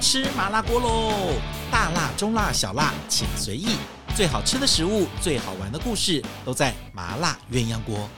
吃麻辣锅喽！大辣、中辣、小辣，请随意。最好吃的食物，最好玩的故事，都在麻辣鸳鸯锅。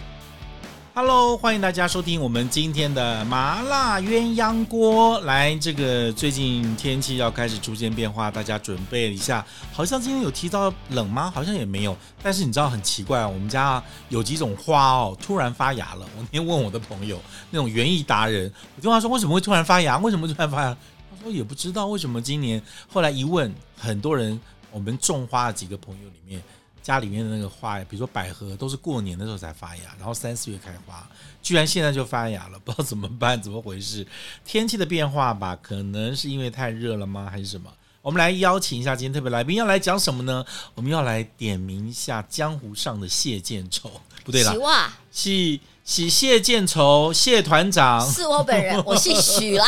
Hello，欢迎大家收听我们今天的麻辣鸳鸯锅。来，这个最近天气要开始逐渐变化，大家准备一下。好像今天有提到冷吗？好像也没有。但是你知道很奇怪啊，我们家啊有几种花哦，突然发芽了。我那天问我的朋友，那种园艺达人，我就问他说为什么会突然发芽？为什么突然发芽？他说也不知道为什么今年。后来一问，很多人我们种花的几个朋友里面，家里面的那个花，比如说百合，都是过年的时候才发芽，然后三四月开花，居然现在就发芽了，不知道怎么办，怎么回事？天气的变化吧，可能是因为太热了吗，还是什么？我们来邀请一下今天特别来宾，要来讲什么呢？我们要来点名一下江湖上的谢剑仇，不对啦许，哇，是是谢剑仇，谢团长。是我 本人，我姓许啦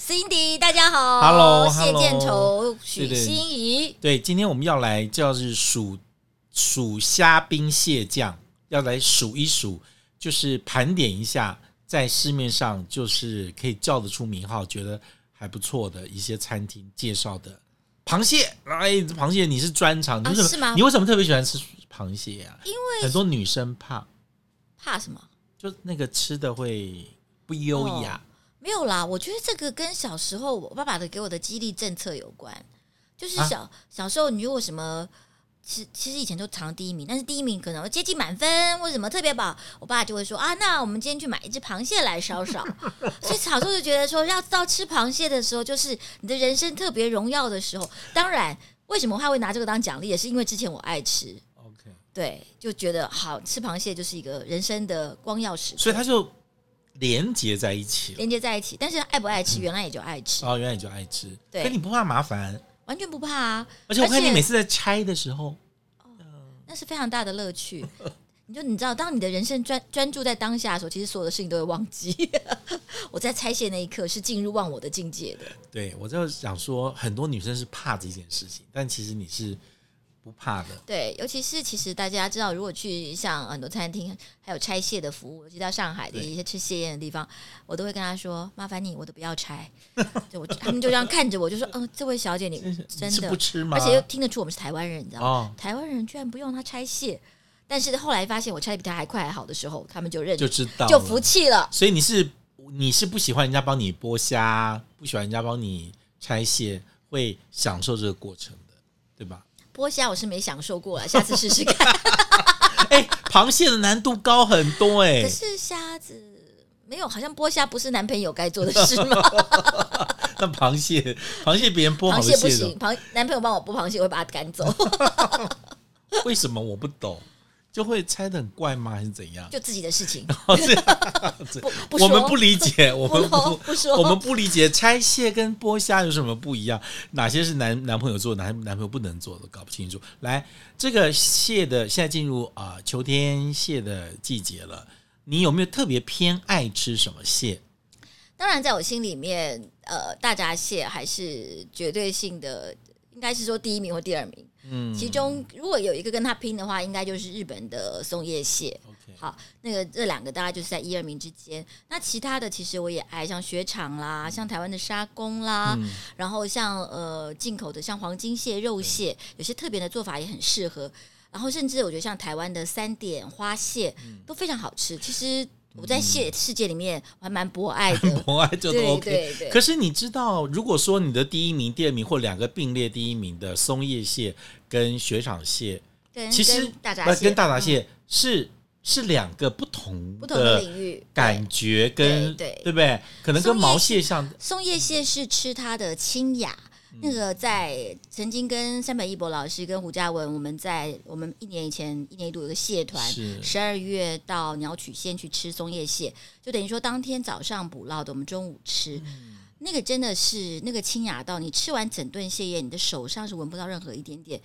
，Cindy，大家好 Hello，谢 hello 建仇，对许对心怡，对，今天我们要来就是数数虾兵蟹将，要来数一数，就是盘点一下在市面上就是可以叫得出名号，觉得还不错的一些餐厅介绍的螃蟹。哎，螃蟹你是专长，你啊为什么、是吗你为什么特别喜欢吃螃蟹啊？因为很多女生怕，怕什么？就那个吃的会不优雅。没有啦，我觉得这个跟小时候我爸爸的给我的激励政策有关，就是啊小、小时候你如果什么。其其实以前都常第一名，但是第一名可能接近满分或者什么特别饱，我爸就会说啊，那我们今天去买一只螃蟹来烧 烧。所以小时候就觉得说，要到吃螃蟹的时候，就是你的人生特别荣耀的时候。当然，为什么他会拿这个当奖励，也是因为之前我爱吃， OK，对，就觉得好吃螃蟹就是一个人生的光耀时刻，所以它就连结在一起了。连接在一起。但是爱不爱吃，原来也就爱吃，哦，原来你就爱吃，对可你不怕麻烦。完全不怕啊。而且我看而且你每次在拆的时候，那是非常大的乐 趣。你就你知道，当你的人生专专注在当下的时候，其实所有的事情都会忘记。 我在拆卸那一刻是进入忘我的境界的，对我就想说，很多女生是怕这件事情，但其实你是不怕的。对，尤其是其实大家知道，如果去像很多餐厅，还有拆卸的服务，尤其到上海的对一些吃蟹宴的地方，我都会跟他说：“麻烦你，我都不要拆。” 就我他们就这样看着我，就说：“嗯，这位小姐，你真你是的不吃吗？而且又听得出我们是台湾人，你知道吗？哦，台湾人居然不用他拆卸，但是后来发现我拆的比他还快还好的时候，他们就认就知道就了服气了。所以你是你是不喜欢人家帮你剥虾，不喜欢人家帮你拆卸，会享受这个过程的，对吧？ 剥虾我是没享受过了，啊下次试试看。哎、螃蟹的难度高很多 哎、可是虾子没有，好像剥虾不是男朋友该做的事吗？那螃蟹螃蟹别人 剥好螃的蟹不肉行，螃男朋友帮我剥螃蟹，我会把他 赶走，为什么我不懂？就会拆的很怪吗？还是怎样？就自己的事情，哦，这 样子不不我说们不理 解， 我们不不不说我们不理解拆卸跟剥虾有什么不一样？哪些是男男朋友做，哪些男朋友不能做的，搞不清楚。来，这个蟹的现在进入啊、秋天蟹的季节了，你有没有特别偏爱吃什么蟹？当然，在我心里面，呃，大闸蟹还是绝对性的，应该是说第一名或第二名。嗯其中如果有一个跟他拼的话，应该就是日本的松叶蟹。 ，OK，好，那个这两个大概就是在一二名之间。那其他的其实我也爱，像雪场啦，像台湾的沙公啦，嗯然后像呃进口的像黄金蟹、肉蟹，有些特别的做法也很适合。然后甚至我觉得像台湾的三点花蟹、嗯都非常好吃。其实我在蟹世界里面我还蛮博 爱的，我爱就都对 OK。对对可是你知道，如果说你的第一名、第二名或两个并列第一名的松叶蟹跟雪场蟹，跟其实跟大闸呃蟹嗯跟大闸蟹是是两个不同不同的领域对感觉跟对对不对？可能跟松叶毛蟹像，松叶蟹是吃它的清雅。嗯那个在曾经跟山本一博老师跟胡嘉文，我们在我们一年以前一年一度有个蟹团是，十二月到鸟取县去吃松叶蟹，就等于说当天早上捕捞的，我们中午吃。嗯那个真的是那个清雅到，你吃完整顿蟹宴，你的手上是闻不到任何一点点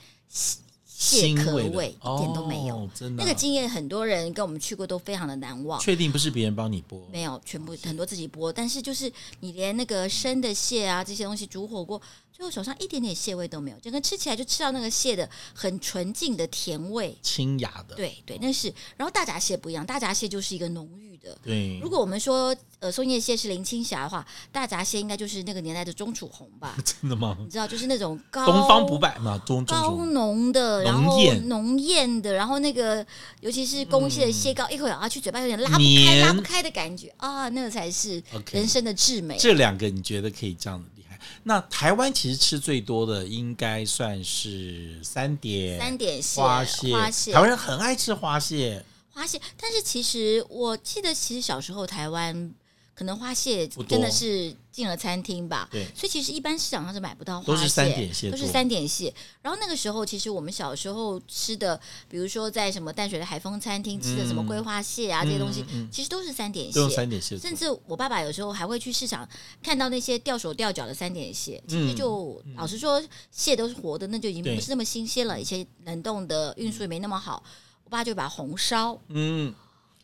蟹腥壳味的味，一点都没有。哦真的啊那个经验，很多人跟我们去过都非常的难忘。确定不是别人帮你剥，没有，全部很多自己剥，但是就是你连那个生的蟹啊这些东西煮火锅，最后手上一点点蟹味都没有，整个吃起来就吃到那个蟹的很纯净的甜味。清雅的，对对，那是。然后大闸蟹不一样，大闸蟹就是一个浓郁的。对如果我们说呃松叶蟹是林青霞的话，大闸蟹应该就是那个年代的钟楚红吧？真的吗？你知道，就是那种高东方不败嘛，中中高中浓的，然浓后艳嗯浓艳的，然后那个尤其是公蟹的蟹膏，一口咬下去，嘴巴有点拉不开、黏拉不开的感觉啊，那个才是 OK 人生的至美。这两个你觉得可以这样子厉害？那台湾其实吃最多的应该算是三点三点蟹、花蟹，花蟹台、湾人很爱吃花蟹，花蟹，但是其实我记得，其实小时候台湾可能花蟹不多真的是进了餐厅吧，对所以其实一般市场上是买不到花蟹，都是三点蟹都是做三点蟹。然后那个时候，其实我们小时候吃的，比如说在什么淡水的海丰餐厅吃的什么嗯桂花蟹啊、这些东西嗯，嗯嗯其实都是三点蟹都。用三点蟹做甚。至我爸爸有时候还会去市场看到那些掉手掉脚的三点蟹，其实嗯就、老实说，蟹都是活的，那就已经对不是那么新鲜了。以前冷冻的运输也没那么好，我爸就把它红烧，嗯，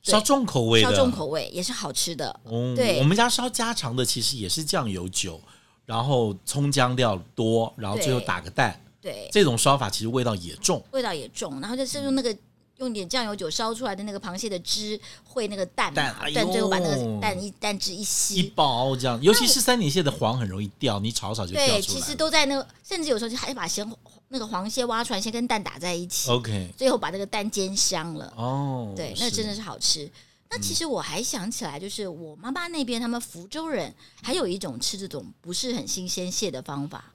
对烧重口味的，烧重口味也是好吃的。嗯，对我们家烧家常的其实也是酱油酒，然后葱姜料多，然后最后对打个蛋，对，这种烧法其实味道也重。味道也重，然后就是用那嗯个。用点酱油酒烧出来的那个螃蟹的汁烩那个蛋嘛，蛋哎但最后把那呦个蛋一蛋汁一一吸，包这样，尤其是三点蟹的黄很容易掉，你炒炒就掉出来对，了。其实都在那个，甚至有时候就还把咸那个黄蟹挖出来，先跟蛋打在一起， OK 最后把那个蛋煎香了。哦，对，那真的是嗯是好吃。那其实我还想起来，就是我妈妈那边他们福州人还有一种吃这种不是很新鲜蟹的方法，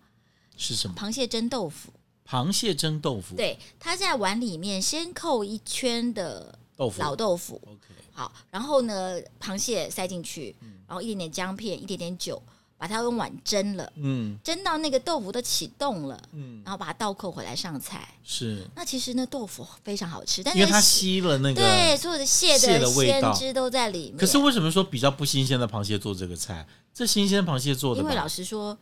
是什么？螃蟹蒸豆腐。螃蟹蒸豆腐，对，它在碗里面先扣一圈的豆腐老豆腐， OK 好，然后呢，螃蟹塞进去，嗯然后一点点姜片，一点点酒，把它用碗蒸了，嗯蒸到那个豆腐都起冻了，嗯然后把它倒扣回来上菜。是，那其实那豆腐非常好吃，但是因为它吸了那对个。所有的蟹蟹的的味道鲜汁都在里面。可是为什么说比较不新鲜的螃蟹做这个菜？这新鲜螃蟹做的因为老吧实说，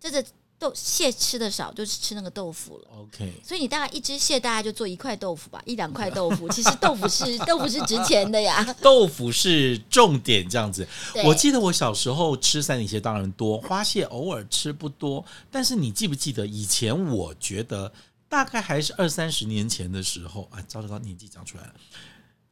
这个豆蟹吃的少，就是吃那个豆腐了。 ？OK，所以你大概一只蟹大概就做一块豆腐吧，一两块豆腐。其实豆 腐是豆腐是值钱的呀。豆腐是重点，这样子。对我记得我小时候吃三里蟹当然多，花蟹偶尔吃不多。但是你记不记得以前？我觉得大概还是二三十年前的时候啊，糟糕，年纪讲出来了。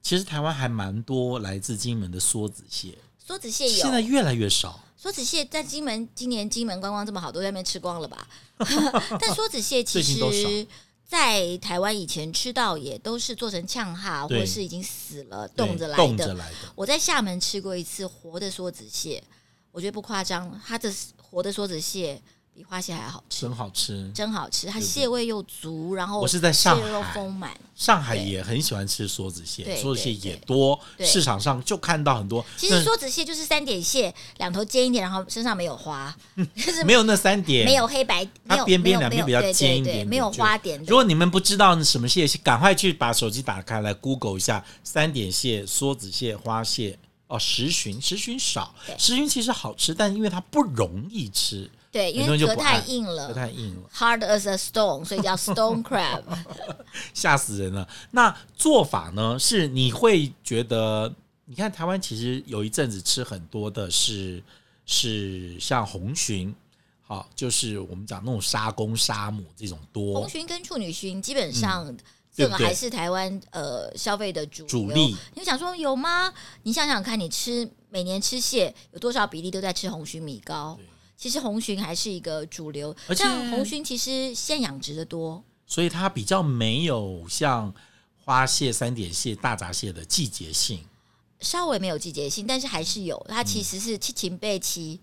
其实台湾还蛮多来自金门的梭子蟹，梭子蟹现在有，越来越少。梭子蟹在金门今年金门观光这么好，都在那边吃光 了吧？但梭子蟹其最近都少实。在台湾以前吃到也都是做成呛哈，或对者是已经死了冻着对来冻的着。来的，我在厦门吃过一次活的梭子蟹，我觉得不夸张，它的活的梭子蟹比花蟹还好吃。真好吃。真好吃，它对不对蟹味又足，然后我是在上哦蟹肉海嗯丰满。上海对也很喜欢吃梭子蟹，对梭子蟹对也对多，对市场上就看到很多。其实梭子蟹就是三点蟹，两头尖一点，然后身上没有花，就是那嗯没有那三点，没有黑白，没它有边边没两有边没比有较对对尖一对点点没有就花点的。如果你们不知道什么蟹，赶快去把手机打开来 Google 一下三点蟹、梭子蟹、花蟹。哦，石鲟，石鲟少，对石鲟其实好吃，但因为它不容易吃，对，很因多人为就壳不太爱硬不了太硬了， ，hard as a stone，所以叫 stone crab。吓死人了。那做法呢？是你会觉得，你看台湾其实有一阵子吃很多的是是像红鲟，好，就是我们讲那种沙公沙母这种多，红鲟跟处女鲟基本上、嗯对这不个对还是台湾呃消费的主流主力。你就想说有吗？你想想看，你吃每年吃蟹有多少比例都在吃红鲟米糕对？其实红鲟还是一个主流而，且但红鲟其实现养殖的多。所以它比较没有像花蟹、三点蟹、大闸蟹的季节性。稍微没有季节性，但是还是有。嗯它其实是七情备七，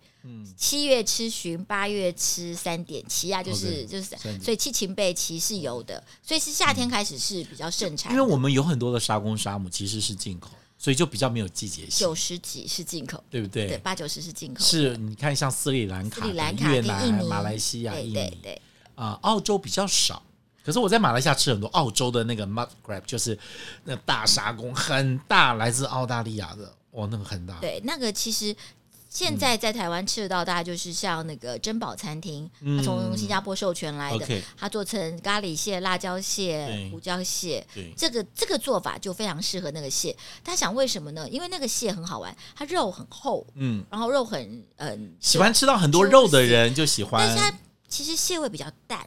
七月吃鲟，八月吃三点七啊，就是 OK，就是三，点所以七情备七是有的，所以是夏天开始是比较盛嗯产因的。为我们有很多的沙公沙母其实是进口，所以就比较没有季节性九，十几是进口，对不对？对，八九十是进口，是，你看像斯里兰卡、斯里兰卡越跟印南、尼、马来西亚、对印对尼对，啊、澳洲比较少。可是我在马来西亚吃很多澳洲的那个 mud crab，就是那大沙公，很大，来自澳大利亚的，哇，那个很大。对，那个其实现在在台湾吃得到，大概就是像那个珍宝餐厅，嗯它从新加坡授权来的 OK，它做成咖喱蟹、辣椒蟹对、胡椒蟹。对，这个这个做法就非常适合那个蟹，他想为什么呢？因为那个蟹很好玩，它肉很厚，嗯，然后肉很嗯，喜欢吃到很多肉的人就喜欢但是它其实蟹味比较淡，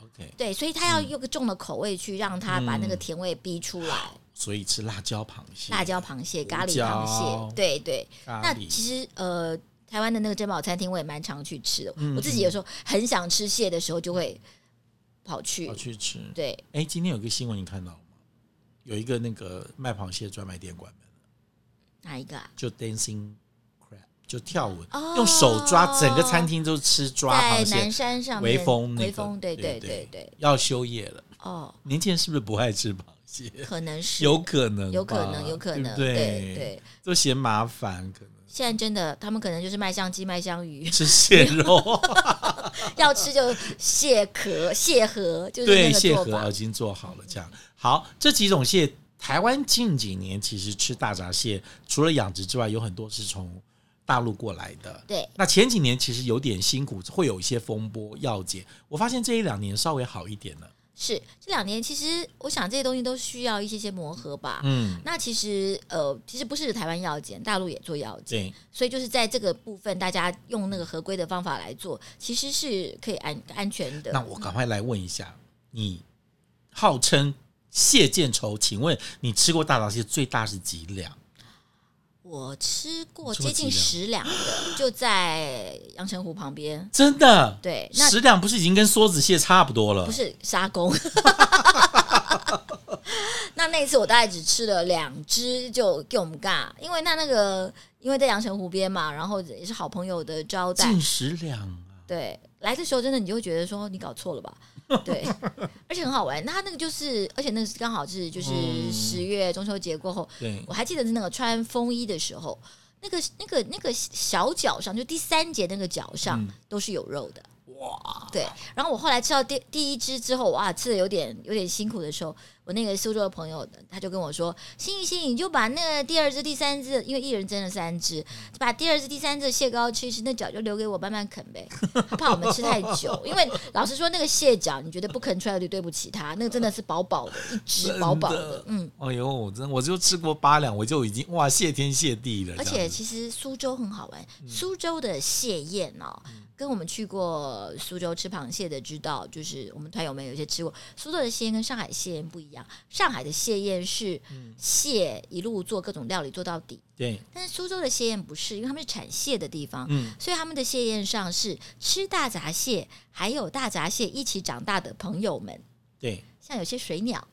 OK，对，所以它要嗯用个重的口味去让它把那个甜味逼出来。所以吃辣椒螃蟹，辣椒螃蟹、咖喱椒螃蟹，对对。咖那喱其实呃，台湾的那个珍宝餐厅我也蛮常去吃的。嗯我自己有时候很想吃蟹的时候，就会跑去。好哦去吃。对，哎，今天有个新闻你看到了吗？有一个那个卖螃蟹专卖店关门，哪一个啊？就 Dancing Crab，就跳舞，哦用手抓，整个餐厅都吃抓螃在蟹哦南，山上面，微风、那个，微风，对对对对，要休业了。哦，年轻人是不是不爱吃螃蟹？可能是有可能吧，有可能，有可能，对不对对，对。都嫌麻烦，可能现在真的，他们可能就是卖相机、卖香鱼， 吃蟹肉，要吃就蟹 壳、蟹盒， 就是那对，个蟹做盒法已。经做好了，这样好。这几种蟹，台湾近几年其实吃大闸蟹，除了养殖之外，有很多是从大陆过来的。对，那前几年其实有点辛苦，会有一些风波要解。我发现这一两年稍微好一点了，是这两年，其实我想这些东西都需要一些些磨合吧。嗯，那其实呃，其实不是台湾药检，大陆也做药检，对，所以就是在这个部分，大家用那个合规的方法来做，其实是可以安安全那的。我赶快来问一下，你号称蟹见愁，请问你吃过大闸蟹最大是几两？我吃过吃过接近几十两的，就在阳澄湖旁边。真的？对，那十两不是已哦经跟梭子蟹差不多了？不是沙公。 那那一次我大概只吃了两只就给我们尬，因为那那个因为在阳澄湖边嘛，然后也是好朋友的招待，近十两啊！对，来的时候真的你就会觉得说你搞错了吧，对，而且很好玩。那它那个就是，而且那个是刚好是就是嗯十月中秋节过后，对，我还记得是那个穿风衣的时候，那个那个那个小脚上，就第三节那个脚上、嗯都是有肉的。哇，对，然后我后来吃到第第一只之后，哇，吃的有点有点辛苦的时候，我那个苏州的朋友他就跟我说：“欣怡，欣怡，你就把那个第二只、第三只，因为一人蒸了三只，把第二只、第三只的蟹膏吃一吃，那脚就留给我慢慢啃呗。他怕我们吃太久，因为老实说，那个蟹脚你觉得不啃出来就对不起他，那个真的是饱饱的，一只饱饱真的的，嗯。哎呦，我真我就吃过八两，我就已经哇谢天谢地了。而这且样嗯子其实苏州很好玩，苏州的蟹宴哦，嗯跟我们去过苏州吃螃蟹的知道，就是我们团友们有一些吃过苏州的蟹宴跟上海蟹宴不一样，上海的蟹宴是嗯蟹一路做各种料理做到底，对，但是苏州的蟹宴不是，因为他们是产蟹的地方。嗯，所以他们的蟹宴上是吃大闸蟹，还有大闸蟹一起长大的朋友们，对，像有些水鸟，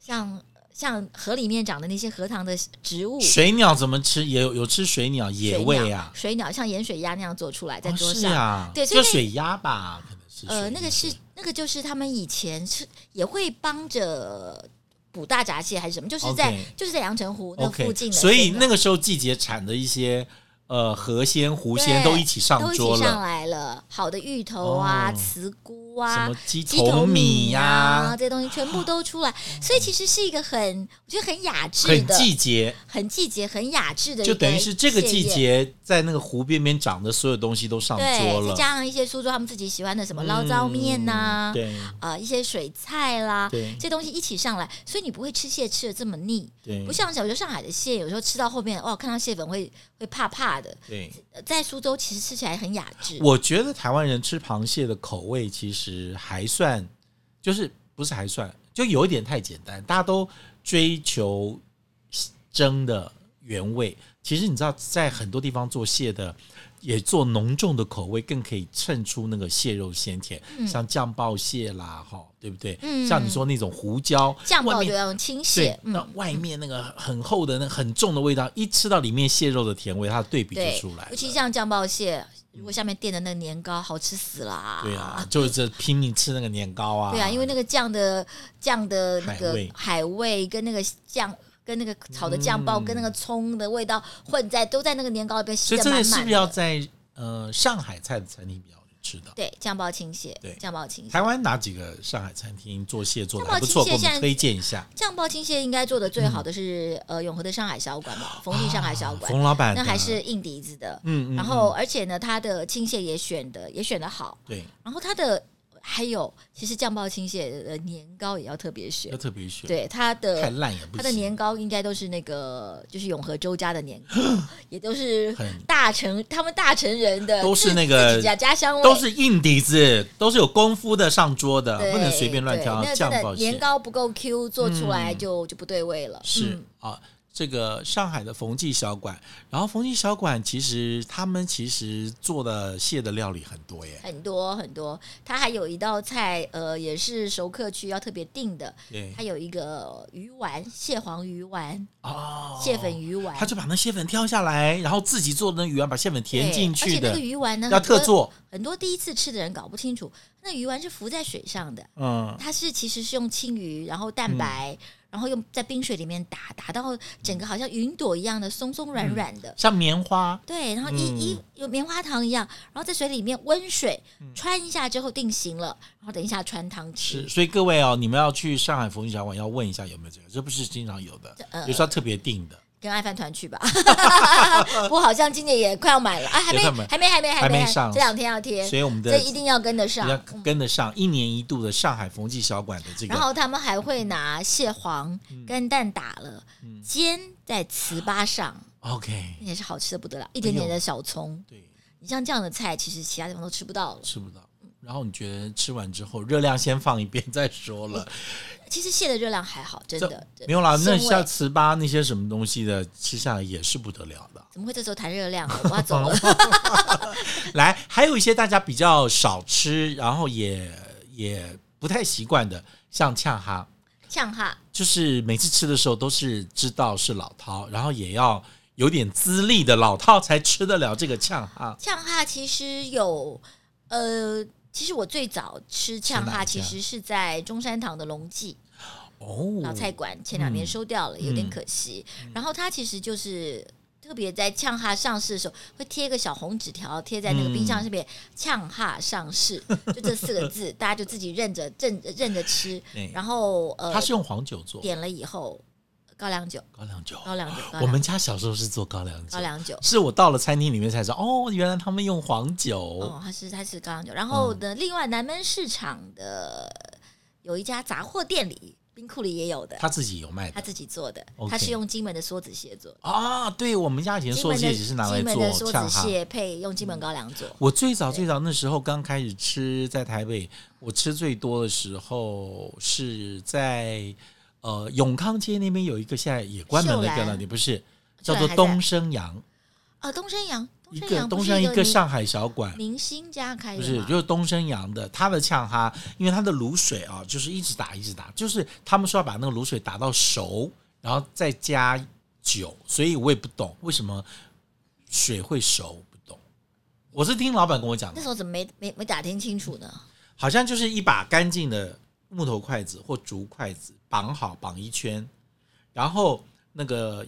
像像河里面长的那些荷塘的植物，水鸟怎么吃？也有有吃水鸟野嗯水味鸟啊，水鸟像盐水鸭那样做出来在哦桌是上。啊，对所就以那水鸭吧，可能是呃，水那个鸭是那个就是他们以前是也会帮着捕大闸蟹还是什么，就是在 OK 就是在阳澄湖那 OK，附近的这个，所以那个时候季节产的一些呃河鲜、湖鲜对都一起上都一桌起上了，来了，好的芋头啊、哦茨菇什啊么。鸡鸡头头米呀、呀、这些东西全部都出来，所以其实是一个很我觉得很雅致很的、很季季节，节、很雅致的一就个蟹宴，等于是这个季节在那个湖边边长的所有东西都上桌对，再了。加上一些苏州他们自己喜欢的什么醪糟面呐、嗯对呃一些水菜啦，对这东西一起上来，所以你不会吃蟹吃的这么腻。对，不像小时候上海的蟹，有时候吃到后面哦，看到蟹粉会会怕怕的。对。呃在苏州其实吃起来很雅致，我觉得台湾人吃螃蟹的口味其实还算，就是不是还算，就有一点太简单，大家都追求蒸的原味。其实你知道，在很多地方做蟹的，也做浓重的口味，更可以衬出那个蟹肉鲜甜，像酱爆蟹啦，哈，对不对？嗯像你说那种胡椒，酱外爆面就要用青对蟹，，那嗯，外面那个很厚的、那很重的味道，一吃到里面蟹肉的甜味，它的对比就对出来，了尤。其像酱爆蟹，如果下面垫的那个年糕，好吃死了啊！对啊，就是这拼命吃那个年糕啊。对啊，因为那个酱的酱的那海个味海味跟那个酱。跟那个炒的酱爆、嗯跟那个葱的味道混在，都在那个年糕里边所吸以的这满个满是的。不是要在呃上海菜的餐厅比较吃到？对酱爆青蟹？对酱爆青蟹，台湾哪几个上海餐厅做蟹做的那么还不错？其给我实现在们推荐一下。酱爆青蟹应该做的最嗯好的是、呃永和的上海小馆啊吧，冯记上海小馆，冯老板的那还是硬底子的。嗯嗯，然后而且呢，它的青蟹也选的也选的好，对然后它的。还有，其实酱爆青蟹的年糕也要特别选要，特别选，对它太的烂也不行。它的年糕应该都是那个就是永和周家的年糕， 也都是嗯很大成他们大成人的都是自那个自己家家乡味，都是硬底子，都是有功夫的上桌的，对不能随便乱对挑那酱真爆的蟹年。糕不够 Q，做出来嗯就、就不对味了。是、嗯啊，这个上海的冯记小馆，然后冯记小馆其实他们其实做的蟹的料理很多耶，很多很多，它还有一道菜，呃，也是熟客区要特别订的，对它有一个鱼丸，蟹黄鱼丸，哦，蟹粉鱼丸，他就把那蟹粉挑下来，然后自己做的那鱼丸把蟹粉填对进而去且那个的，鱼丸呢，要很多特，做，很多第一次吃的人搞不清楚，那鱼丸是浮在水上的，嗯，它是其实是用青鱼，然后蛋白，然后用在冰水里面打，打到整嗯个好像云朵一样的松松软软的。像棉花，对，然后一嗯一有棉花糖一样，然后在水里面温水穿一下之后定型了，然后等一下穿汤吃是，。所以各位哦，你们要去上海冯记小馆要问一下有没有这个，这不是经常有的，呃有时候特别定的，跟爱饭团去吧， 我好像今年也快要买了啊，还没也快买还没还没还没没上这两天要贴，所以我们的这一定要跟得上要。跟得上一年一度的上海冯记小馆的这然个嗯后他们还会拿蟹黄跟蛋打了，煎在糍粑上， ，OK，那也是好吃的不哎得了，一点点的小葱。对，你像这样的菜，其实其他地方都吃不到了。吃不到。然后你觉得吃完之后热量先放一边再说了，嗯其实蟹的热量还好，真的这没有啦。那像下糍粑那些什么东西的，吃下来也是不得了的。怎么会这时候谈热量啊？我要走了。 来，还有一些大家比较少吃，然后也也不太习惯的，像呛哈，呛哈，就是每次吃的时候都是知道是老饕，然后也要有点资历的老饕才吃得了这个呛哈。呛哈其实有，呃，其实我最早吃呛哪哈一家其实是在中山堂的龙记哦，老菜馆，前两年收掉了，有点嗯可惜。然后它其实就是。特别在呛哈上市的时候，会贴一个小红纸条，贴在那个冰箱上面“呛哈 上市”，就这四个字，大家就自己认着、认认着吃对。然后呃，它是用黄酒做点了以后，高粱酒，高粱酒，高粱酒，我高粱们家小时候是做高粱酒高，粱酒。是我到了餐厅里面才知道，哦，原来他们用黄酒。哦，它是它是高粱酒。然嗯后呢，另外南门市场的有一家杂货店里，冰库里也有的，他自己有卖他的自己做的， OK 他是用金门的梭子蟹做的。啊，对我们家以前金寿门蟹的也是拿来金门的做梭呛子哈。嗯蟹配用金门高粱做，我最早最早那时候刚开始吃，在台北，我吃最多的时候是在呃永康街那边有一个现在也关门了一个秀了，兰你不是叫做秀兰还在东升阳，啊，东山羊，东一山个羊东不升是一个明上海小馆。明星家开不的是，吗？就是东升阳的，它的呛哈，因为它的卤水啊，就是一直打，一直打，就是他们说要把那个卤水打到熟，然后再加酒，所以我也不懂为什么水会熟，不懂。我是听老板跟我讲的那，时候怎么没没没打听清楚呢？好像就是一把干净的木头筷子或竹筷子绑好，绑一圈，然后那个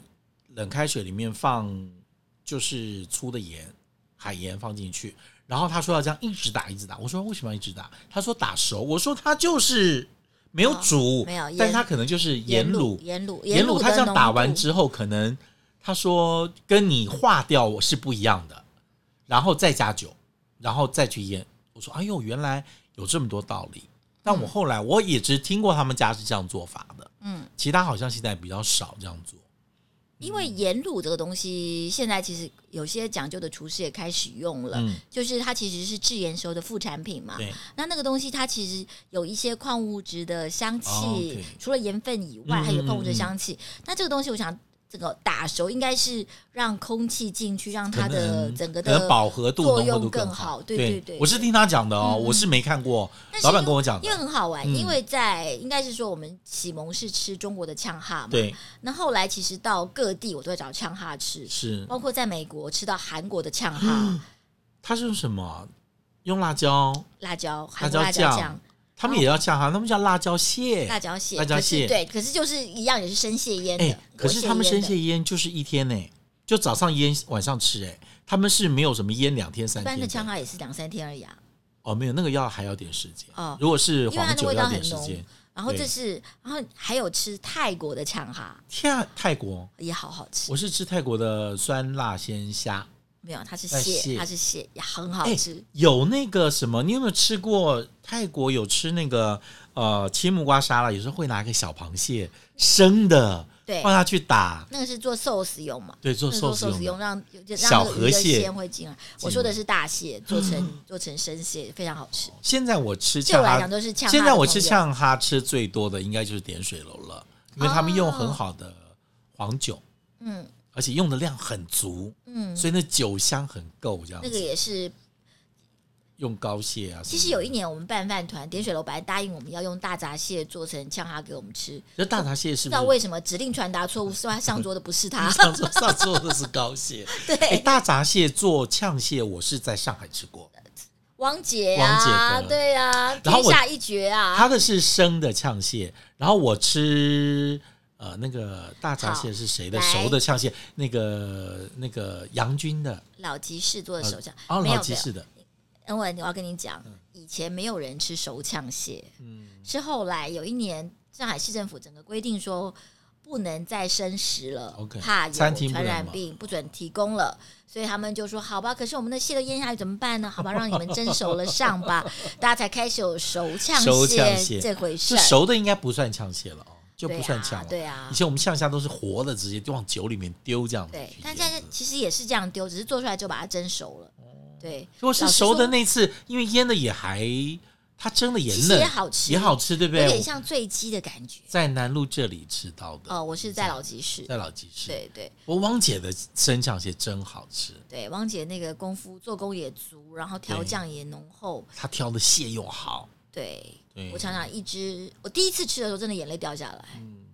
冷开水里面放就是粗的盐，海盐放进去，然后他说要这样一直打一直打，我说为什么要一直打？他说打熟，我说他就是没有煮，哦没有但盐是他可能就是盐卤，盐卤，盐卤卤他的这样打浓完度之后，可能他说跟你化掉我是不一样的，然后再加酒，然后再去腌。我说哎呦，原来有这么多道理。但我后来我也只听过他们家是这样做法的，嗯，其他好像现在比较少这样做。因为盐卤这个东西，现在其实有些讲究的厨师也开始用了，嗯就是它其实是制盐时候的副产品嘛。对，那那个东西它其实有一些矿物质的香气，哦，OK 除了盐分以外，嗯还有矿物质香气。那这个东西，我想这个打熟应该是让空气进去，让它可的能整个可能的饱和度、作浓用厚度更好。好对对对我是听他讲的哦，嗯嗯我是没看过但，是老板跟我讲的因为。很好玩，嗯因为在应该是说我们启蒙是吃中国的呛哈嘛，对，那后来其实到各地我都会找呛哈吃，是包括在美国吃到韩国的呛哈。嗯他是用什么？用辣椒，辣椒、韩国椒辣椒酱酱、他们也要酱哈，他们叫辣椒蟹。哦辣椒蟹、辣椒蟹可是对，可是就是一样，也是生蟹腌的。哎、可是他们活生腌蟹腌就是一天呢、就早上腌，晚上吃、哎，他们是没有什么腌两天的三一般天的枪的。哈也是两三天而已啊。哦，没有那个要还要点时间。哦如果是因为它黄的酒味道要很点时浓间。然后这对是，然后还有吃泰国的枪哈天啊，泰国，也好好吃我是吃泰国的酸辣鲜虾，没有，它是那蟹蟹，它是蟹，也很好哎吃。有那个什么，你有没有吃过泰国有吃那个呃青木瓜沙拉？有时候会拿一个小螃蟹生的对放，下去打，那个是做寿司用嘛？对，做那是寿做司寿用司用，的。让有让小那个河鱼的蟹嗯鲜会进来。我说的是大蟹，做成做成生蟹，非常好吃。现在我吃对呛我来哈讲，都是呛哈的朋友。现在我吃呛哈吃最多的应该就是点水楼了，因为他们用很哦好的黄酒，嗯而且用的量很足，嗯，所以那酒香很够，这样那个子也是。用高蟹啊什么的。其实有一年我们办饭团，点水楼本来答应我们要用大闸蟹做成呛哈给我们吃，就大闸蟹不是知不是。道为什么指令传达错误，是他上桌的不是他 上桌上桌的是高蟹？哎， 对，大闸蟹做呛蟹，我是在上海吃过，啊汪姐汪啊，姐的对啊，然后天我下一绝啊它。的是生的呛蟹，然后我吃。呃，那个大闸蟹是谁的？好来熟的呛蟹，那个那个杨军的，老吉士做的手酱，哦，没老有吉没有士的，恩文，我要跟你讲，以前没有人吃熟呛蟹，嗯，是后来有一年上海市政府整个规定说不能再生食了 OK，怕有餐厅不传能染嘛病，不准提供了。所以他们就说：“好吧，可是我们的蟹都咽下去怎么办呢？好吧，让你们蒸熟了上吧。” 大家才开始有熟呛熟呛蟹蟹这回事是儿，熟的应该不算呛蟹了哦，就对不算呛啊了。对啊以，前我们呛虾都是活的，直接就往酒里面丢这样子对去腌。。但现在其实也是这样丢，只是做出来就把它蒸熟了。哦对，如果是老实熟的说那次，因为腌的也还，它蒸的也其实嫩，也好吃也好吃，对不有对？点我像醉鸡的感觉。在南路这里吃到的，哦，我是在老集市，在老集市。对对。我汪姐的生酱蟹真好吃，对，汪姐那个功夫做工也足，然后调对酱也浓厚。她挑的蟹又好，对，对我常常一只，我第一次吃的时候真的眼泪掉下来。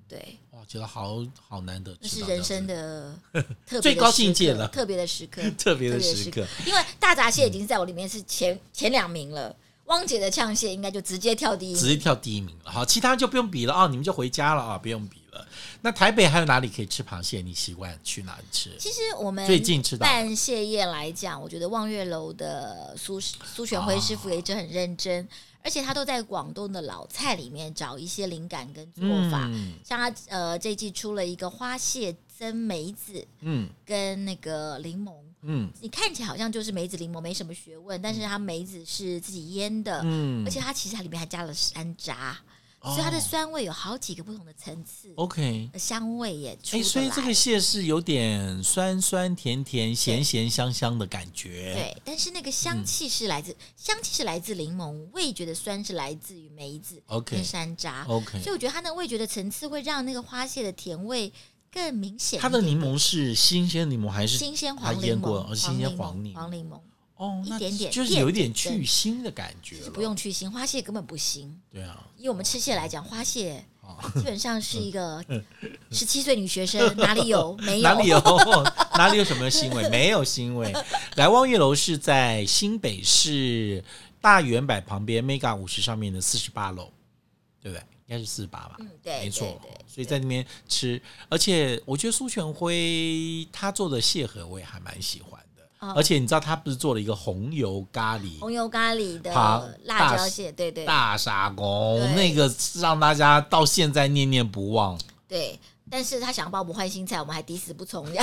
对，哇，觉得好好难得那嗯吃是到这样子，人生的特别的最高时境界刻了特别的时刻， 特别的特别的时时刻。嗯因为大闸蟹已经在我里面是前前两名了，汪姐的呛蟹应该就直接跳第一直接名。跳第一名了。好，其他就不用比了啊、你们就回家了啊、不用比了。那台北还有哪里可以吃螃蟹？你习惯去哪里吃？其实我们最近吃到办蟹宴来讲，我觉得望月楼的苏苏全辉师傅也一直很认真，而且他都在广东的老菜里面找一些灵感跟做法。嗯像他呃这一季出了一个花蟹蒸梅子嗯跟那个柠檬，嗯你看起来好像就是梅子柠檬没什么学问，但是它梅子是自己腌的，嗯而且它其实它里面还加了山楂，哦所以它的酸味有好几个不同的层次，呃，OK。香味也出哎，所得以来。这个蟹是有点酸酸甜甜、咸咸香香的感觉。，对，但是那个香嗯气是来自、香气是来自柠檬，味觉的酸是来自于梅子哦 OK 跟山楂 OK 所以我觉得它的味觉的层次会让那个花蟹的甜味更明显一点。它的柠檬是新鲜柠檬还是新鲜它黄腌柠过？檬，哦，新鲜黄柠，黄柠檬哦，那一点点就是有一点变成去腥的感觉就是了。不用去腥，花蟹根本不腥。对啊，以我们吃蟹来讲，花蟹哦嗯基本上是一个十七岁女学生，哪里有 没哪里有？有哪里有什么腥 味？没有腥味。来望月楼是在新北市大圆柏旁边 mega 五十上面的四十八楼，对不对？应该是四十八吧。嗯，对，没错对，对所以在那边吃，而且我觉得苏全辉他做的蟹盒我也还蛮喜欢的，哦而且你知道他不是做了一个红油咖喱红油咖喱的好辣椒蟹，对对大砂锅，对那个让大家到现在念念不忘。对。但是他想帮我们换新菜，我们还抵死不 从呀。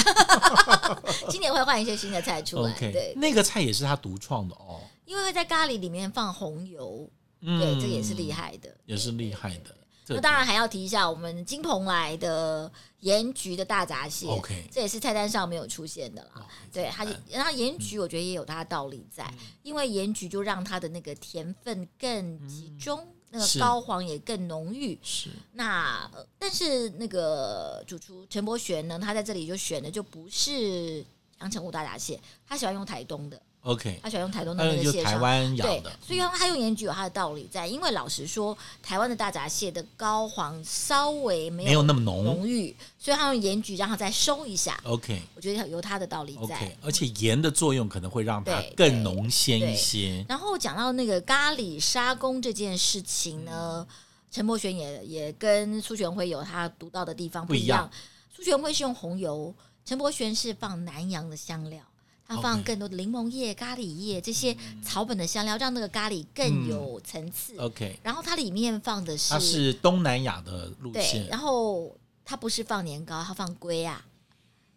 今年会换一些新的菜出来， OK，对，那个菜也是他独创的哦，因为会在咖喱里面放红油，嗯，对，这也是厉，害的，也是厉害的。这那当然还要提一下我们金鹏来的盐焗的大闸蟹 OK 这也是菜单上没有出现的啦。哦嗯对，它就然后盐焗我觉得也有它的道理在，因为盐焗就让它的那个甜分更集中，那嗯是个膏黄也更浓郁。是那呃但是那个主厨陈伯玄呢，他在这里就选的就不是阳澄湖大闸蟹，他喜欢用台东的， OK，他喜欢用台东的还那嗯有就个蟹台商。湾养对的，，所以它用盐焗有它的道理在，因为老实说，台湾的大闸蟹的膏黄稍微没没有那么么浓。浓郁，所以它用盐焗让它再收一下， OK 我觉得有它的道理在。 OK，而且盐的作用可能会让它对更对浓鲜一对些。然后讲到那个咖喱沙工这件事情呢，陈柏旋也也跟苏全辉有他独到的地方不不一一样样。苏全辉是用红油，陈柏旋是放南洋的香料，他 OK 放更多的柠檬叶、咖喱叶这些草本的香料，让那个咖喱更有层次。 OK，然后它里面放的嗯呃它是东南亚的路对，线，然后它不是放年糕，它放龟啊，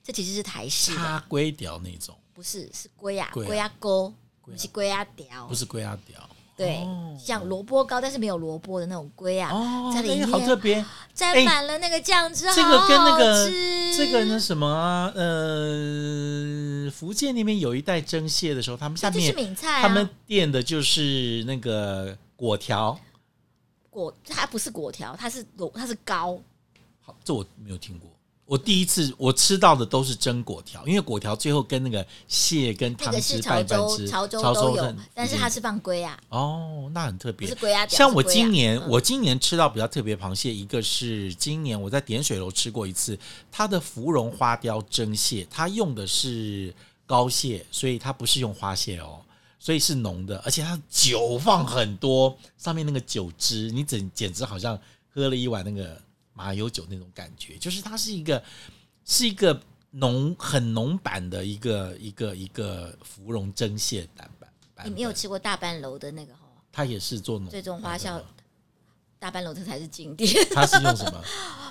这其实是台式的。插龟条那种。不是是龟啊，龟啊龟啊沟，龟啊不是龟啊条不，是龟阿屌对哦，像萝卜糕，但是没有萝卜的那种龟啊，哦，在里那个面好特别。沾满了那个酱汁，这个跟那好个好吃这个那什么啊呃，福建那边有一带蒸蟹的时候，他们下这就是面闽菜啊，他们垫的就是那个果条，果它不是果条，它是萝，它是糕，好，这我没有听过。我第一次我吃到的都是蒸果条，因为果条最后跟那个蟹跟那汤个是汁潮拌一拌州吃，潮州都有很，但是它是放龟啊，哦，那很特不别是。龟啊条，像我是龟啊今年，嗯我今年吃到比较特别螃蟹，一个是今年我在点水楼吃过一次，它的芙蓉花雕蒸蟹，它用的是膏蟹，所以它不是用花蟹哦，所以是浓的，而且它酒放很多，上面那个酒汁，你简简直好像喝了一碗那个麻油酒那种感觉，就是它是一个是一个浓很浓版的一个一个一个芙蓉蒸蟹版本。你没有吃过大班楼的那个哦，它也是做浓，最终花销版的哦大班楼这才是经典 它是用什么？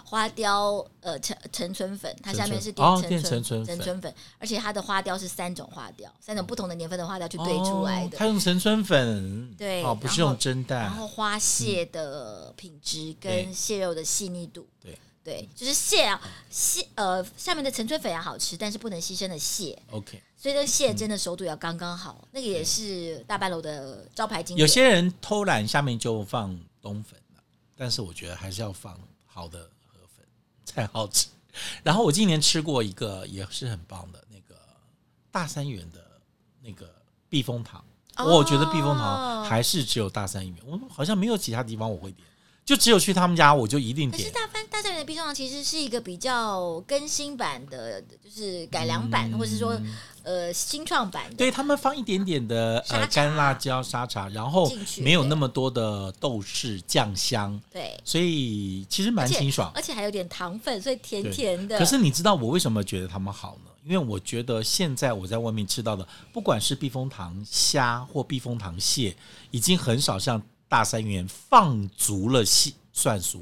花雕，呃，陈陈春粉，它陈下面春是哦点淀陈陈春粉陈春粉，而且它的花雕是三种花雕，三种不同的年份的花雕去兑出来哦的。他用陈春粉，对哦，不是然后用蒸然蛋，后花蟹的品质哎嗯对跟蟹肉的细腻度，对对，就是蟹啊，蟹呃下面的陈春粉也好吃，但是不能牺牲了蟹， OK。所以这个蟹嗯真的熟度要刚刚好，那个也是大班楼的招牌经典。有些人偷懒，下面就放冬粉了，但是我觉得还是要放好的河粉 才好吃。然后我今年吃过一个也是很棒的那个大三元的那个避风塘，哦我觉得避风塘还是只有大三元，我好像没有其他地方我会点，就只有去他们家我就一定可是点。大班大三元的冰霜其实是一个比较更新版的，就是改良版，或者是说呃新创版的。嗯对他们放一点点的呃沙茶干辣椒沙茶，然后进去没有对那么多的豆豉酱香，对，所以其实蛮而且清爽。而且还有点糖分，所以甜对甜的。可是你知道我为什么觉得他们好呢？因为我觉得现在我在外面吃到的，不管是避风塘虾或避风塘蟹，已经很少像大三元放足了蟹蒜酥。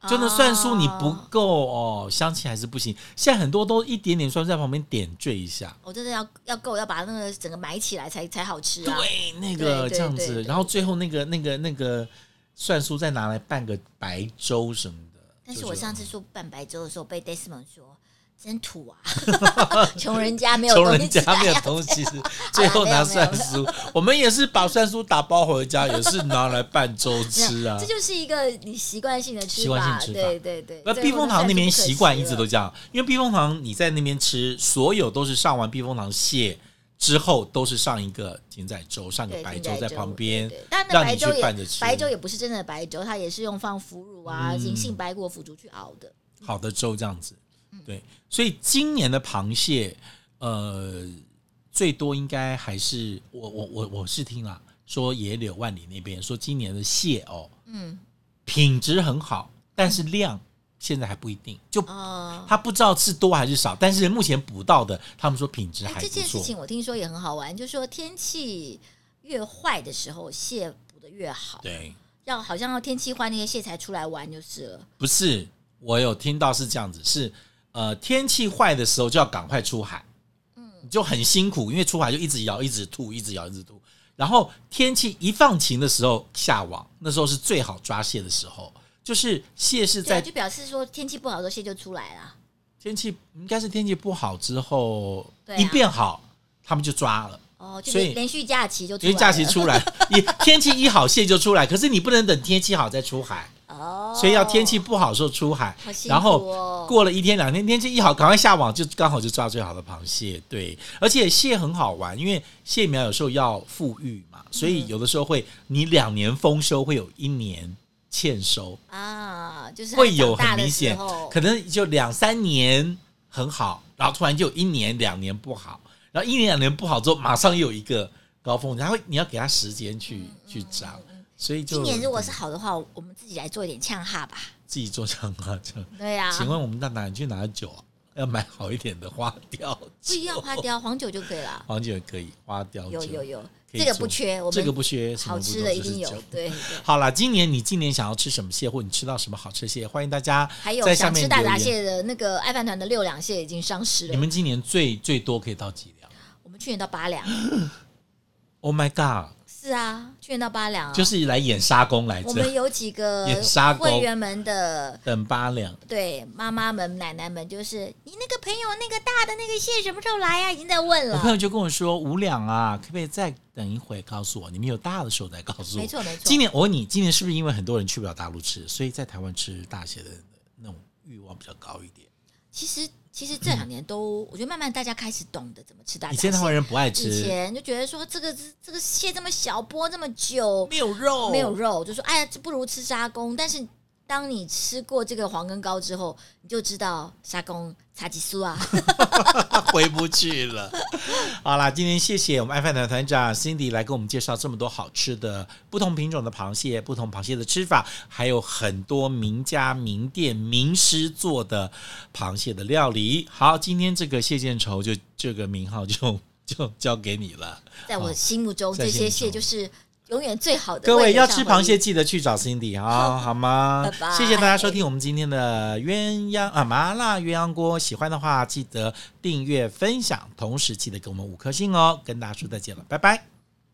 啊真的蒜酥你不哦够哦，香气还是不行。现在很多都一点点蒜酥在旁边点缀一下，我真的要要够，要把那个整个埋起来才才好吃啊！对，那个对对这样对子，对然后最后那个那个那个蒜酥再拿来拌个白粥什么的。但是就我觉得上次说拌白粥的时候，被 Desmond 说真土 啊，穷人家没有穷东西人吃家没有啊东西吃，最后拿蒜酥，我们也是把蒜酥打包回家，也是拿来拌粥吃啊 这。就是一个你习惯性的吃习惯性法，吃法对对对。那最避后风的塘蒜那是边不可习惯惜一直了都这样，因为避风塘你在那边吃，所有都是上完避风塘蟹之后，都是上一个艇仔粥，上个对，白青粥菜在粥旁边对对，但那让白你去粥拌也着吃。白粥也不是真的白粥，它也是用放腐乳啊、嗯银杏、白果腐竹去熬的。好的粥这样子。嗯对，所以今年的螃蟹，呃，最多应该还是我我我我是听啦，说野柳万里那边说今年的蟹哦，嗯，品质很好，但是量现在还不一定，就哦、他不知道是多还是少，但是目前捕到的，他们说品质哎还这不件事错。情我听说也很好玩，就说天气越坏的时候，蟹捕的越好，对，要好像要天气坏，那些蟹才出来玩就是了。不是我有听到是这样子，是呃天气坏的时候就要赶快出海，嗯，就很辛苦，因为出海就一直摇，一直吐，一直摇，一直吐。然后天气一放晴的时候下网，那时候是最好抓蟹的时候，就是蟹是对、在啊，就表示说天气不好的时候，蟹就出来了。天气应该是天气不好之后、对啊一变好，他们就抓了。哦，就所以连连续假期就出因来为了假期出来， 一天气一好蟹就出来，可是你不能等天气好再出海，哦，所以要天气不好的时候出海好，辛苦哦然后过了一天两天天气一好，赶快下网就刚好就抓最好的螃蟹。对，而且蟹很好玩，因为蟹苗有时候要富裕嗯嘛，所以有的时候会你两年丰收，会有一年欠收，啊，就是会有长大很的明时显候，可能就两三年很好，然后突然就有一年两年不好，然后一年两年不好之后，马上又有一个高峰，然后你要给他时间去、去涨，所以就嗯今年如果是好的话，我们自己来做一点呛哈吧。自己做长啊，这样。对啊，请问我们到哪里去拿酒啊？要买好一点的花雕不酒，一样花雕黄酒就可以了。黄酒也可以，花雕酒有有有，可以这个做不缺，我们这个不缺，什么好不吃做的就一是定有酒。对， 好啦，今年你今年想要吃什么蟹，或你吃到什么好吃的蟹，欢迎大家 还有在下想面吃大留闸言。蟹的那个爱饭团的六两蟹已经上市你了。们今年最最多可以到几两？们去年到八两， Oh my god！是啊，去年到八两啊，就是来演沙工来我们着，有几个演杀狗会员们的等八两。对妈妈们、奶奶们，就是你那个朋友那个大的那个蟹什么时候来呀、啊已经在问我朋了。友就跟我说：“五两啊，可不可以再等一会告诉我？你们有大的时候再告诉我。”没错没错今，年我问你，今年是不是因为很多人去不了大陆吃，所以在台湾吃大蟹的那种欲望比较高一点？其实其实这两年都，我觉得慢慢大家开始懂得怎么吃大闸以前台湾蟹。人不爱以吃，前就觉得说这个这个蟹这么小，剥这么久，没有肉，没有肉，就说哎呀，这不如吃沙公。但是当你吃过这个黄根膏之后，你就知道沙公茶几酥啊。 回不去了。好啦，今天谢谢我们爱饭团团长 Cindy 来给我们介绍这么多好吃的不同品种的螃蟹、不同螃蟹的吃法，还有很多名家、名店、名师做的螃蟹的料理。好，今天这个谢建仇就这个名号就就交给你了。在我好心目中，在这些心目蟹中就是永远最好的。各位要吃螃蟹，，记得去找 Cindy 啊，好好吗？拜拜谢谢大家收听我们今天的鸳鸯啊麻辣鸳鸯锅，喜欢的话记得订阅分享，同时记得给我们五颗星哦。跟大家说再见了，拜拜。